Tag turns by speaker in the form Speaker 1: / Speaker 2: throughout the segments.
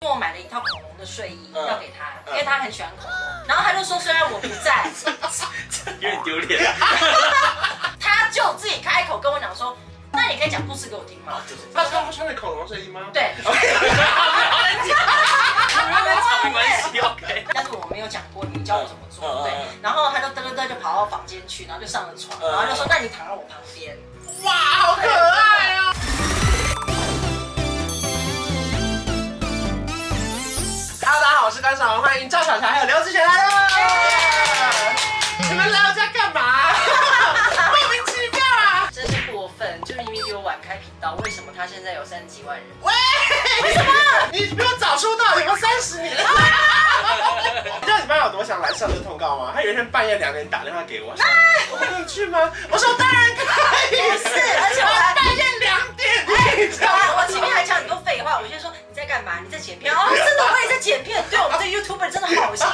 Speaker 1: 因为我买了一套恐龙的睡衣
Speaker 2: 嗯
Speaker 1: 要给他，
Speaker 2: 嗯
Speaker 1: 因为他很喜欢恐龙。然后他就说，虽然我不在，
Speaker 3: 有点丢脸。
Speaker 1: 他就自己开口跟我讲说，那你可以讲故事给我听吗？
Speaker 2: 他穿穿的恐龙睡衣吗？
Speaker 1: 对，
Speaker 3: 没关系，OK。
Speaker 1: 但是我没有讲过，你教我怎么做，对
Speaker 2: 嗯嗯嗯。
Speaker 1: 然后他就嘚嘚嘚就跑到房间去，然后就上了床，
Speaker 2: 嗯
Speaker 1: 然后就说，那你躺在我旁边。
Speaker 2: 哇，好可爱啊！Hello，大家好，我是关少文，欢迎赵小乔还有刘志璇来了。你们来我家干嘛？ 莫名其妙啊！
Speaker 1: 真是过分！就明明比我晚开频道，为什么他现在有三十几万人？
Speaker 2: 喂，为什么？你比我早出道有没有三十年？你知道你爸有多想来上这通告吗？他有一天半夜两点打电话给我，说我可以去吗？我说当然可以，
Speaker 1: 不是而且我还
Speaker 2: 半夜两点，你 知道吗
Speaker 1: 我前面还讲很多废话，我就说你在干嘛？你在剪片哦，真的我也在剪片。对我们这 YouTuber 真的好辛苦，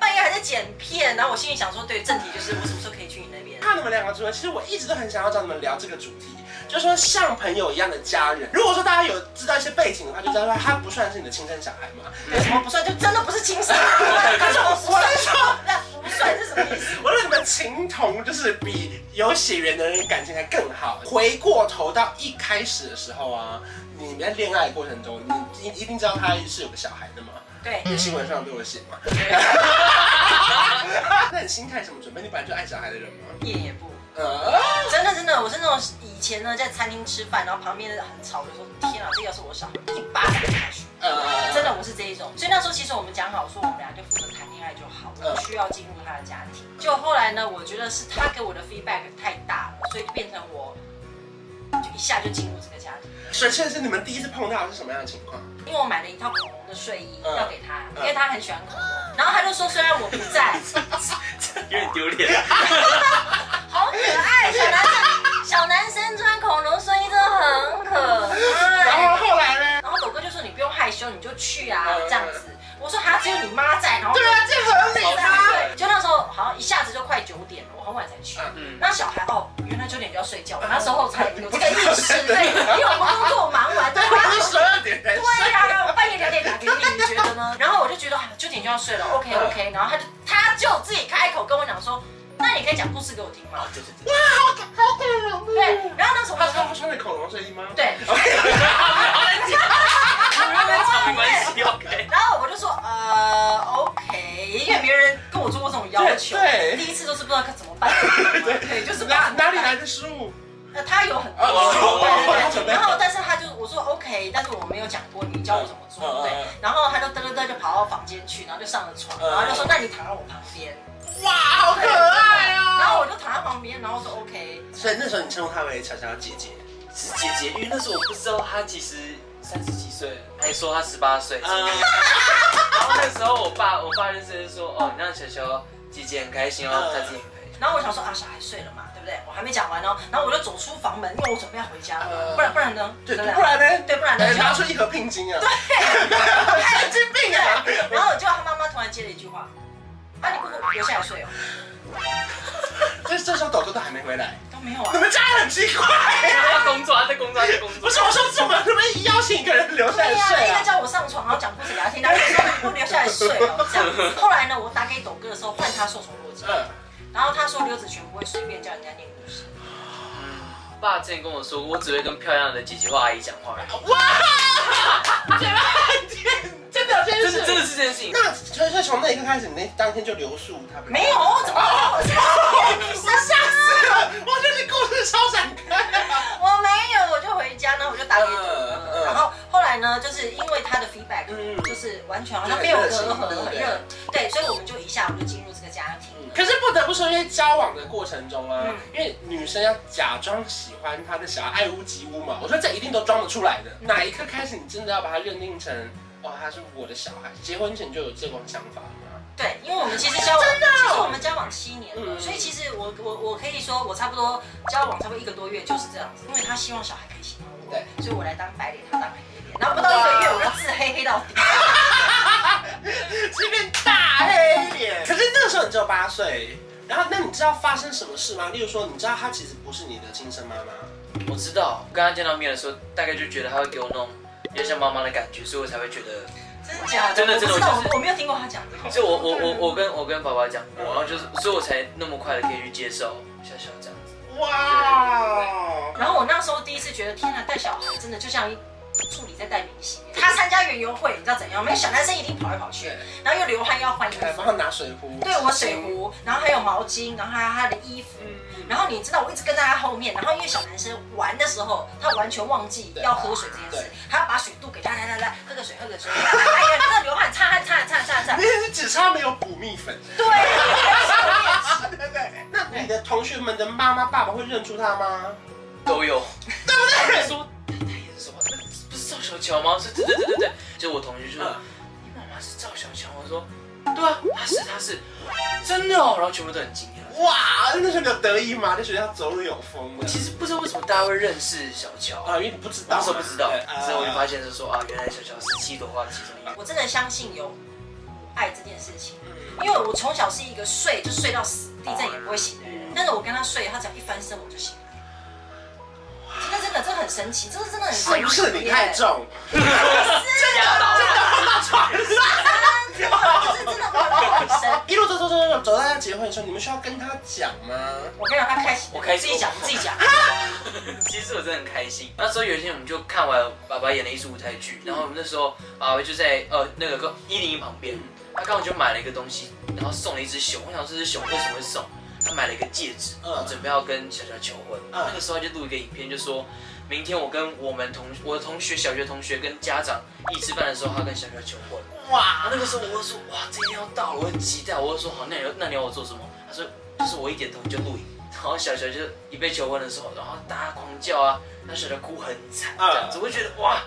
Speaker 1: 半夜还在剪片。然后我心里想说，对，正题就是我什么时候可以去你那边？
Speaker 2: 看你们两个主人，其实我一直都很想要找你们聊这个主题，就是说像朋友一样的家人。如果说大家有知道一些背景的话，就知道说他不算是你的亲生小孩嘛。
Speaker 1: 有什么
Speaker 3: 嗯
Speaker 1: 不算？就真的不是亲生。 他说我不算，说那不算是什么意 思？
Speaker 2: 我认为你们情同就是比有血缘的人感情还更好。回过头到一开始的时候啊，你们在恋爱的过程中，你一定知道他是有个小孩的嘛？
Speaker 1: 对，
Speaker 3: 嗯
Speaker 2: 因为新闻上都有写嘛。那你心态什么准备？你本来就爱小孩的人吗？
Speaker 1: 一点也不。
Speaker 2: 呃，
Speaker 1: 真的真的，我是那种以前呢在餐厅吃饭，然后旁边的人很吵，我就说天啊，这要是我小孩，一巴掌下去。
Speaker 2: 呃
Speaker 1: 真的，我是这一种。所以那时候其实我们讲好说，我们俩就负责谈恋爱就好，我
Speaker 2: 嗯
Speaker 1: 不需要进入他的家庭。就后来呢，我觉得是他给我的 feedback 太大了，所以变成我就一下就进入这个家庭。
Speaker 2: 所以现在是你们第一次碰到的是什么样的情况？
Speaker 1: 因为我买了一套恐龙的睡衣
Speaker 2: 嗯
Speaker 1: 要给他，因
Speaker 2: 嗯
Speaker 1: 为他很喜欢恐龙。然后他就说，虽然我不在，
Speaker 3: 有点丢脸。
Speaker 1: 好哦可爱，小男生，小男生穿恐龙睡衣真的很可爱。
Speaker 2: 然后后来呢？
Speaker 1: 然后狗哥就说你不用害羞，你就去啊
Speaker 2: 嗯
Speaker 1: 这样子。我说哈，只有你妈在，然后
Speaker 2: 对啊，这合理啊。
Speaker 1: 对，就那时候好像一下子就快九点了，我很晚才去。
Speaker 3: 嗯，
Speaker 1: 那小孩哦，原来九点就要睡觉，我那时候才有这个意识，对，因为我们工作忙完，对
Speaker 2: 对，啊
Speaker 1: 吧
Speaker 2: 他？是十二点才睡。
Speaker 1: 对呀、我半夜两点打给你，你觉得呢？然后我就觉得啊九点就要睡了，OK OK，然后他就他就自己开口跟我讲说，那你可以讲故事给我听吗？
Speaker 3: 就是
Speaker 2: 哇，好感好感人哦。
Speaker 1: 对，然后那时候我
Speaker 2: 他
Speaker 1: 就
Speaker 2: 穿
Speaker 1: 说
Speaker 2: 不穿的恐龙睡衣吗？
Speaker 1: 对，
Speaker 3: 没关 系，OK。
Speaker 1: 然后我就说呃 OK，因为没人跟我做过这种要求，
Speaker 2: 对对
Speaker 1: 第一次都是不知道该怎么 办，对，就是不知道
Speaker 2: 哪
Speaker 1: 怎么办
Speaker 2: 哪里来的失误？
Speaker 1: 呃，他有很多
Speaker 2: 哦
Speaker 3: 哦
Speaker 2: 哦
Speaker 1: 对对对然后但是他就我说 OK，但是我没有讲过，你教我怎么做，
Speaker 2: 嗯嗯
Speaker 1: 对
Speaker 2: 嗯。
Speaker 1: 然后他就嘚嘚嘚就跑到房间去，然后就上了床，
Speaker 2: 嗯
Speaker 1: 然后就说那你躺在我旁边，
Speaker 2: 哇，好可爱
Speaker 1: 然后
Speaker 2: 哦。
Speaker 1: 我就躺在旁边，然后说 OK，
Speaker 2: 所以那时候你称呼她为小小姐姐。
Speaker 3: 是姐姐，因为那时候我不知道她其实三十几岁，还说她十八岁。
Speaker 2: 嗯
Speaker 3: 然后那时候我爸，我爸就是说，哦，你让小小姐姐很开心哦，她自己很开心。
Speaker 1: 然后我想说啊，小孩睡了嘛，对不对？我还没讲完哦，然后我就走出房门，因为我准备要回家了，
Speaker 2: 嗯
Speaker 1: 不然不然呢？
Speaker 2: 对，
Speaker 1: 不
Speaker 2: 不
Speaker 1: 对
Speaker 2: 然呢？
Speaker 1: 对，不然呢？
Speaker 2: 哎
Speaker 1: 结
Speaker 2: 拿
Speaker 1: 果
Speaker 2: 出一盒聘金 啊！对，神经病啊！
Speaker 1: 然后结果他妈妈突然接了一句话，啊，你姑姑留下来睡哦，
Speaker 2: 这这时候狗狗都还没回来，
Speaker 1: 都没有啊
Speaker 2: 你。们家很奇怪。啊
Speaker 3: 她在工作，她在工作，她在工
Speaker 2: 不
Speaker 3: 作
Speaker 2: 是。我说，怎么你们邀请一个人留下
Speaker 1: 对
Speaker 2: 来
Speaker 1: 呀、
Speaker 2: 睡
Speaker 1: 一
Speaker 2: 啊
Speaker 1: 个？叫我上床，然后讲故事给他听，他就说 你不留下来睡哦，这样子。后来呢，我打给抖哥的时候，换他受宠若惊，
Speaker 2: 嗯，
Speaker 1: 然后他说刘子璇不会随便叫人家念故事，
Speaker 3: 嗯爸之前跟我说，我只会跟漂亮的姐姐或阿姨讲话而已。
Speaker 2: 嗯哇， 姐妹，真的有这件
Speaker 3: 真的
Speaker 2: 事
Speaker 3: 真的是这件事情。
Speaker 2: 那所以所以从那一刻开始，你那当天就留宿他们？
Speaker 1: 没有，怎么会有女生
Speaker 2: 吓死了！ 我就是故事超展开。啊
Speaker 1: 我没有，我就回家呢，我就打给抖哥，然后后来呢，就是因为他的 feedback，
Speaker 2: 嗯
Speaker 1: 就是完全好像没有隔阂，很热，对，所以我们就一下我就进入这个家庭了。
Speaker 2: 可是不得不说，因为交往的过程中啊
Speaker 1: 嗯，
Speaker 2: 因为女生要假装喜欢她的小孩，爱屋及乌嘛。我说这一定都装得出来的。哪一刻开始，你真的要把他认定成哦，他是我的小孩？结婚前就有这种想法吗？
Speaker 1: 对，因为我们其实交往，其实我们交往七年了，
Speaker 2: 嗯
Speaker 1: 所以其实我我我可以说，我差不多交往差不多一个多月就是这样子，因为他希望小孩可以喜欢我，
Speaker 2: 对，
Speaker 1: 所以我来当白脸，他当黑脸，然后不到一个月我就自黑黑到 底，
Speaker 2: 这边大黑脸。可是那个时候你只有八岁，然后那你知道发生什么事吗？例如说，你知道她其实不是你的亲生妈妈。
Speaker 3: 我知道，我跟她见到面的时候，大概就觉得她会给我那种有点像妈妈的感觉，所以我才会觉得
Speaker 1: 真的假的？
Speaker 3: 真的
Speaker 1: 我不
Speaker 3: 真的
Speaker 1: 知道
Speaker 3: 我就是
Speaker 1: 我没有听过他讲这个。
Speaker 3: 就我我我我跟我跟爸爸讲过，然后就是，所以我才那么快的可以去接受小小这样子。
Speaker 2: 哇，哦
Speaker 1: 然后我那时候第一次觉得，天哪，带小孩真的就像一助理在带明星。他参加园游会，你知道怎样？没有小男生一定跑来跑去，然后又流汗又要换衣
Speaker 2: 还
Speaker 1: 服。
Speaker 2: 帮他拿水壶，
Speaker 1: 对我水壶，然后还有毛巾，然后还有他的衣服。
Speaker 2: 嗯，
Speaker 1: 然后你知道我一直跟在他后面，然后因为小男生玩的时候，他完全忘记
Speaker 2: 对
Speaker 1: 要喝水这件事
Speaker 2: 对，
Speaker 1: 还要把水渡给他，来来来，喝个水，喝个水，来来来哎呀，那流汗，擦汗，擦汗，擦汗，擦汗，擦汗
Speaker 2: 你是只差没有补蜜粉。
Speaker 1: 对，
Speaker 2: 对对对，那你的同学们的妈妈、爸爸会认出他吗？
Speaker 3: 都有，对不对？说他演什么？那不是赵小乔吗？是，对对对对对。就我同学就说，
Speaker 2: 啊
Speaker 3: 你妈妈是赵小乔。我说，对啊，她是她是，真的哦。然后全部都很惊讶。
Speaker 2: 哇，那时候有得意吗？那学校走路有风
Speaker 3: 我
Speaker 2: 的
Speaker 3: 其实不知道为什么大家会认识小乔，
Speaker 2: 啊，因为你不知
Speaker 3: 我
Speaker 2: 道
Speaker 3: 那
Speaker 2: 嘛，
Speaker 3: 时候不知道
Speaker 2: 对，啊
Speaker 3: 之后我就发现是说啊，原来小乔是七朵花其中一朵。
Speaker 1: 我真的相信有爱这件事情。
Speaker 2: 嗯
Speaker 1: 因为我从小是一个睡就睡到死，地震也不会醒的人。但是我跟他睡，他只要一翻身我就醒了。真的真的，这很神奇，这个真的很神奇
Speaker 2: 是不是你
Speaker 1: 耶
Speaker 2: 太？重？
Speaker 1: 真的
Speaker 2: 真的放到床
Speaker 1: 真的，是真的很神。
Speaker 2: 一路走走走走走到要结婚的时候，你们需要跟他讲吗？
Speaker 1: 我跟你讲，他开心，
Speaker 3: 我开
Speaker 1: 自
Speaker 3: 心
Speaker 1: 己讲，你自己讲。
Speaker 3: 其实我真的很开心。那时候有一天我们就看完爸爸演的一出舞台剧，然后我们那时候爸爸就在呃那个一零一旁边，他刚好就买了一个东西，然后送了一只熊。我想这只熊为什么会送？他买了一个戒指，
Speaker 2: 嗯
Speaker 3: 准备要跟小乔求婚。
Speaker 2: 嗯
Speaker 3: 那个时候他就录一个影片，就说明天我跟我们同我的同学小学同学跟家长一起吃饭的时候，他跟小乔求婚。然
Speaker 2: 哇
Speaker 3: 后，啊那个时候我就说哇，这一天要到了，我很期待。我就说好，那你要那你要我做什么？他说就是我一点头你就录影。然后小乔就一被求婚的时候，然后大家狂叫啊，那小乔哭很惨，这
Speaker 2: 嗯
Speaker 3: 样子，我就觉得哇，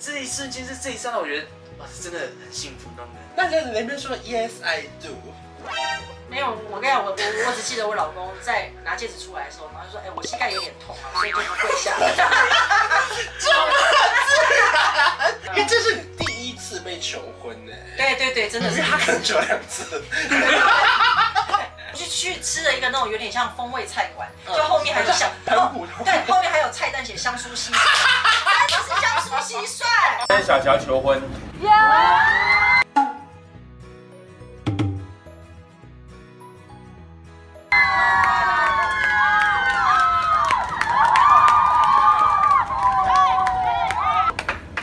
Speaker 3: 这一瞬间是这一刹那，我觉得哇，真的很幸福那种感觉。
Speaker 2: 那就是你那边说 Yes I do，
Speaker 1: 没有，我跟你讲，我我我只记得我老公在拿戒指出来的时候，然后就说，哎，我膝盖有点痛啊，所以就不跪下了。
Speaker 2: 因为这是你第一次被求婚呢、
Speaker 1: 对对对，真的
Speaker 2: 因
Speaker 1: 是
Speaker 2: 为他可能只有两次，
Speaker 1: 我就去吃了一个那种有点像风味菜馆，
Speaker 2: 嗯
Speaker 1: 就后面还有香，
Speaker 2: 很
Speaker 1: 后
Speaker 2: 普通
Speaker 1: 对，后面还有菜单写香酥蟋蟀，真的是香酥蟋蟀。
Speaker 4: 跟小乔求婚，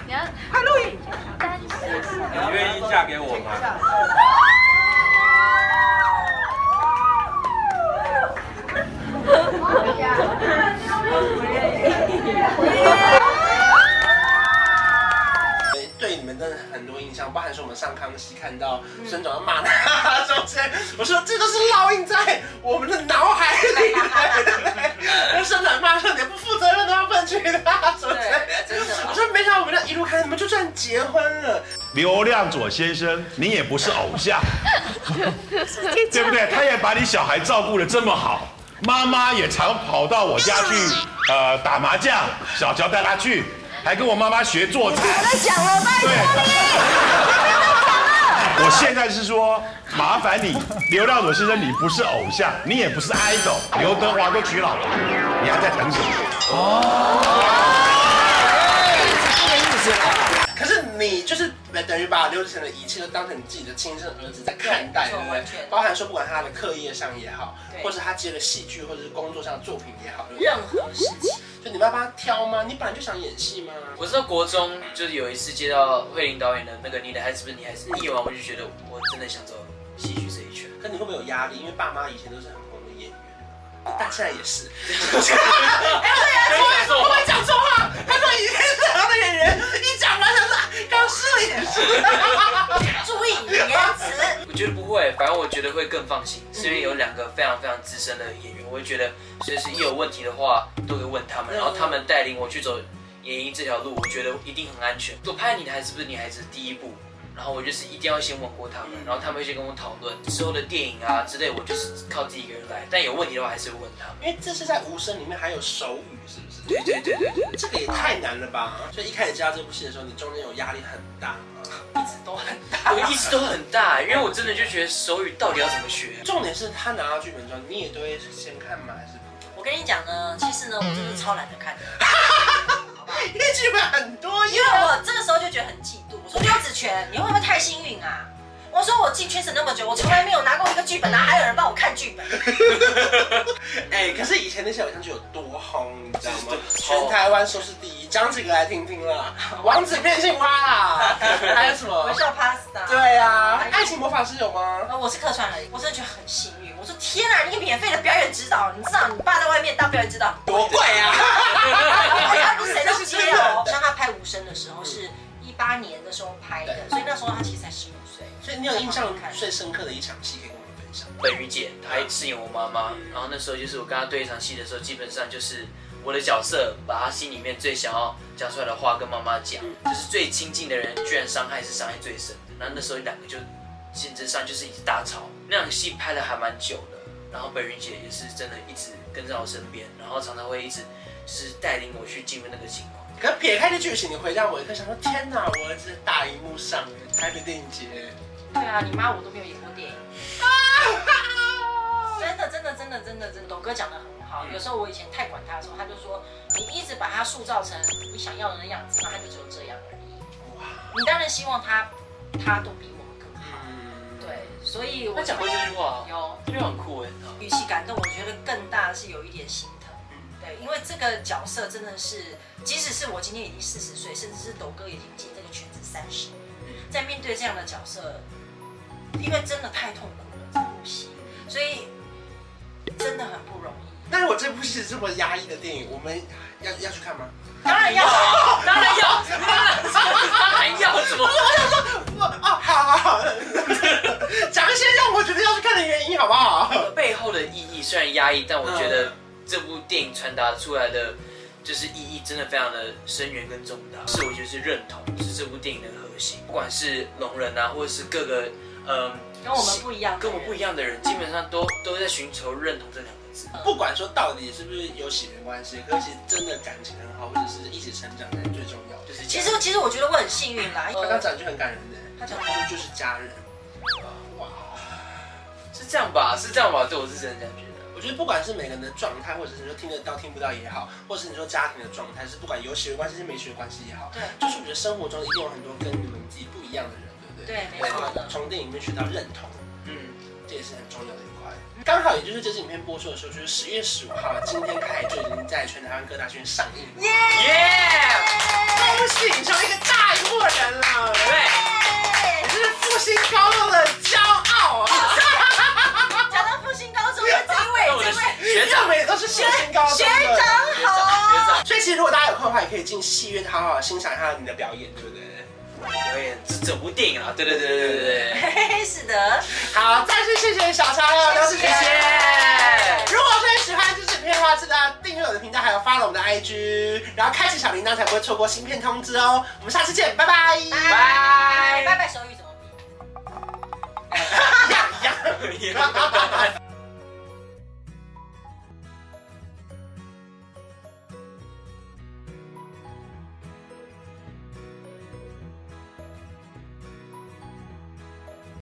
Speaker 5: 你要快录影，担心。
Speaker 4: 你愿意嫁给我吗？
Speaker 2: 对对你们真的很多印象，包含是我们上康熙看到
Speaker 1: 嗯
Speaker 2: 孙总要骂他中间，我说这都是烙印在我们的脑海里的，对不对？ 那孙总骂说你不负责任都要分去他中间
Speaker 1: 对，真的
Speaker 2: 我说没想到我们这样一路看，你们就这样结婚了，
Speaker 6: 刘亮佐先生，你也不是偶 像，对不对？他也把你小孩照顾的这么好，妈妈也常跑到我家去，呃，打麻将，小乔带他去，还跟我妈妈学做菜。不讲了，拜托 我现在是说，麻烦你，刘亮佐先生，你不是偶像，你也不是 idol，刘德华都娶老婆，你还在等什么？
Speaker 2: 可是你就是等于把刘志成的一切都当成你自己的亲生儿子在看待，
Speaker 1: 对
Speaker 2: 对不
Speaker 1: 完
Speaker 2: 对
Speaker 1: 全？
Speaker 2: 包含说不管他的课业上也好，
Speaker 1: 对
Speaker 2: 或者他接了戏剧或者是工作上的作品也好，对不对
Speaker 1: 任何事情，
Speaker 2: 就你们要帮他挑吗？你本来就想演戏吗？
Speaker 3: 我知道国中就是有一次接到慧玲导演的那个《你的孩子不是你孩子》，一演完我就觉得我真的想走戏剧这一圈。
Speaker 2: 可你会不会有压力？因为爸妈以前都是很红的演员，但现在也是。
Speaker 3: 所以说
Speaker 2: 哎我讲错话， 他说以前是很红的演员，一讲完他说啊刚失了也是。
Speaker 1: 注意你的言辞。
Speaker 3: 我觉得不会，反正我觉得会更放心，是因为有两个非常非常资深的演员，我会觉得随时一有问题的话都可以问他们，然后他们带领我去走演艺这条路，我觉得一定很安全。我拍你的孩子不是你孩子第一部，然后我就是一定要先问过他们，然后他们会先跟我讨论之后的电影啊之类，我就是靠自己一个人来，但有问题的话还是会问他们。
Speaker 2: 因为这是在无声里面还有手语，是不是？
Speaker 3: 对对对对对，
Speaker 2: 这个也太难了吧！所以一开始接到这部戏的时候，你中间有压力很大吗？
Speaker 3: 我一直都很大，因为我真的就觉得手语到底要怎么学？
Speaker 2: 重点是他拿到剧本之后，你也都会先看吗？还是不
Speaker 1: 我跟你讲呢，其实呢，我真的是超懒得看的，
Speaker 2: 因为剧本很多
Speaker 1: 因为我这个时候就觉得很嫉妒。度。我说邱子权，你会不会太幸运啊？我说我进圈子那么久，我从来没有拿过一个剧本啊，还有人帮我看剧本。
Speaker 2: 哎，可是以前那些偶像剧有多红，你知道吗？
Speaker 3: 是
Speaker 2: 全台湾收视第一，张景来听听 啦，王子变青蛙 啦，还有什么
Speaker 1: 微？笑 pasta。
Speaker 2: 对啊，
Speaker 1: 爱
Speaker 2: 爱
Speaker 1: 情。
Speaker 2: 情魔法师有吗？
Speaker 1: 呃，我是客串而已，我真的觉得很幸运。我说天啊，你免费的表演指导，你知道你爸在外面当表演指 导
Speaker 2: 多啊贵
Speaker 1: 哎
Speaker 2: 啊！
Speaker 1: 他不是 谁都接哦。像他拍《无声》的时候是一八年的时候拍的，
Speaker 2: 对
Speaker 1: 所以那时候他其实才十五岁。
Speaker 2: 所以你有印象
Speaker 1: 看
Speaker 2: 最深刻的一场戏可以跟我们分享？
Speaker 3: 本鱼姐，她饰演我妈妈。然后那时候就是我跟她对一场戏的时候，基本上就是我的角色把她心里面最想要讲出来的话跟妈妈讲，就是最亲近的人居然伤害是伤害最深的。然后那时候两个就简直上就是一直大吵。那场戏拍了还蛮久的，然后本鱼姐也是真的一直跟在我身边，然后常常会一直就是带领我去进入那个情况。
Speaker 2: 可撇开这剧情，你回家我一刻想说，天哪，我儿子大荧幕上台北电影节，
Speaker 1: 对啊，你妈我都没有演过电 影。真的，真的，真的，真的，真的，董哥讲的很好。有时候我以前太管他的时候，他就说你一直把他塑造成你想要的那样子，那他就只有这样而已。
Speaker 2: 哇，
Speaker 1: 你当然希望他，他都比我们更好。
Speaker 2: 嗯，
Speaker 1: 对，所以
Speaker 3: 她
Speaker 1: 我
Speaker 3: 讲过这句话，
Speaker 1: 有
Speaker 3: 这句话很酷哎。然后
Speaker 1: 语气感动，我觉得更大的是有一点心疼。
Speaker 3: 嗯
Speaker 1: 对，因为这个角色真的是，即使是我今天已经四十岁，甚至是抖哥已经进这个圈子三十年，
Speaker 3: 嗯
Speaker 1: 在面对这样的角色，因为真的太痛苦了，这部戏，所以真的很不容易。
Speaker 2: 那如果这部戏这么压抑的电影，我们要要去看吗？
Speaker 1: 当然要，
Speaker 3: 当然要，当然要，怎么会？
Speaker 2: 我哦，好好好， 讲一些让我觉得要去看的原因，好不好？
Speaker 3: 背后的意义虽然压抑，但我觉得这部电影传达出来的就是意义真的非常的深远跟重大，是我觉得是认同，是这部电影的核心。不管是聋人啊，或者是各个嗯
Speaker 1: 跟我们不一样，
Speaker 3: 跟我不一样的人，基本上都都在寻求认同这两个字。
Speaker 2: 不管说到底是不是有血缘关系，可是其实真的感情很好，或者是一起成长才是最重要的
Speaker 3: 就。是
Speaker 1: 其实，其实我觉得我很幸运啦，
Speaker 2: 刚刚讲一句很感人的，
Speaker 1: 他讲
Speaker 2: 呃他就是家人。哇，
Speaker 3: 是这样吧，是这样吧，对我是真的这样觉得。
Speaker 2: 我觉得不管是每个人的状态，或者是你说听得到听不到也好，或者是你说家庭的状态，是不管有血缘关系是没血缘关系也好，
Speaker 1: 对
Speaker 2: 就是我觉得生活中一定有很多跟你们自己不一样的人，对不对？
Speaker 1: 对，没错的
Speaker 2: 对，。从电影里面学到认同，
Speaker 3: 嗯，
Speaker 2: 这也是很重要的一块。刚好也就是这支影片播出的时候，就是十月十五号，今天开始就已经在全台湾各大剧院上映了。
Speaker 3: 耶，
Speaker 2: 恭喜你成为一个大荧幕人了，
Speaker 3: 对，
Speaker 2: 你是复兴高中的骄傲啊！
Speaker 1: 讲到复兴高中的这一
Speaker 3: 那
Speaker 1: 位，
Speaker 3: 我
Speaker 1: 这
Speaker 3: 的
Speaker 1: 一位
Speaker 3: 学
Speaker 2: 我
Speaker 3: 长，
Speaker 2: 们也都是复兴高中
Speaker 1: 学
Speaker 2: 的。
Speaker 1: 长好。
Speaker 3: 学长
Speaker 2: 所以其实如果大家有空的话，也可以进戏院好好欣赏一下你的表演，对不对？
Speaker 3: 表演这整部电影啊，对对对对对对对，
Speaker 1: 嘿嘿， 是的，
Speaker 2: 好，再次谢谢小茶了，都是
Speaker 3: 谢谢
Speaker 2: 如果说喜欢这支影片的话，记得订阅我的频道，还有 follow 我们的 IG，然后开启小铃铛才不会错过新片通知哦。我们下次见，拜拜。
Speaker 1: 拜拜拜手语怎么比？
Speaker 2: 一样一样。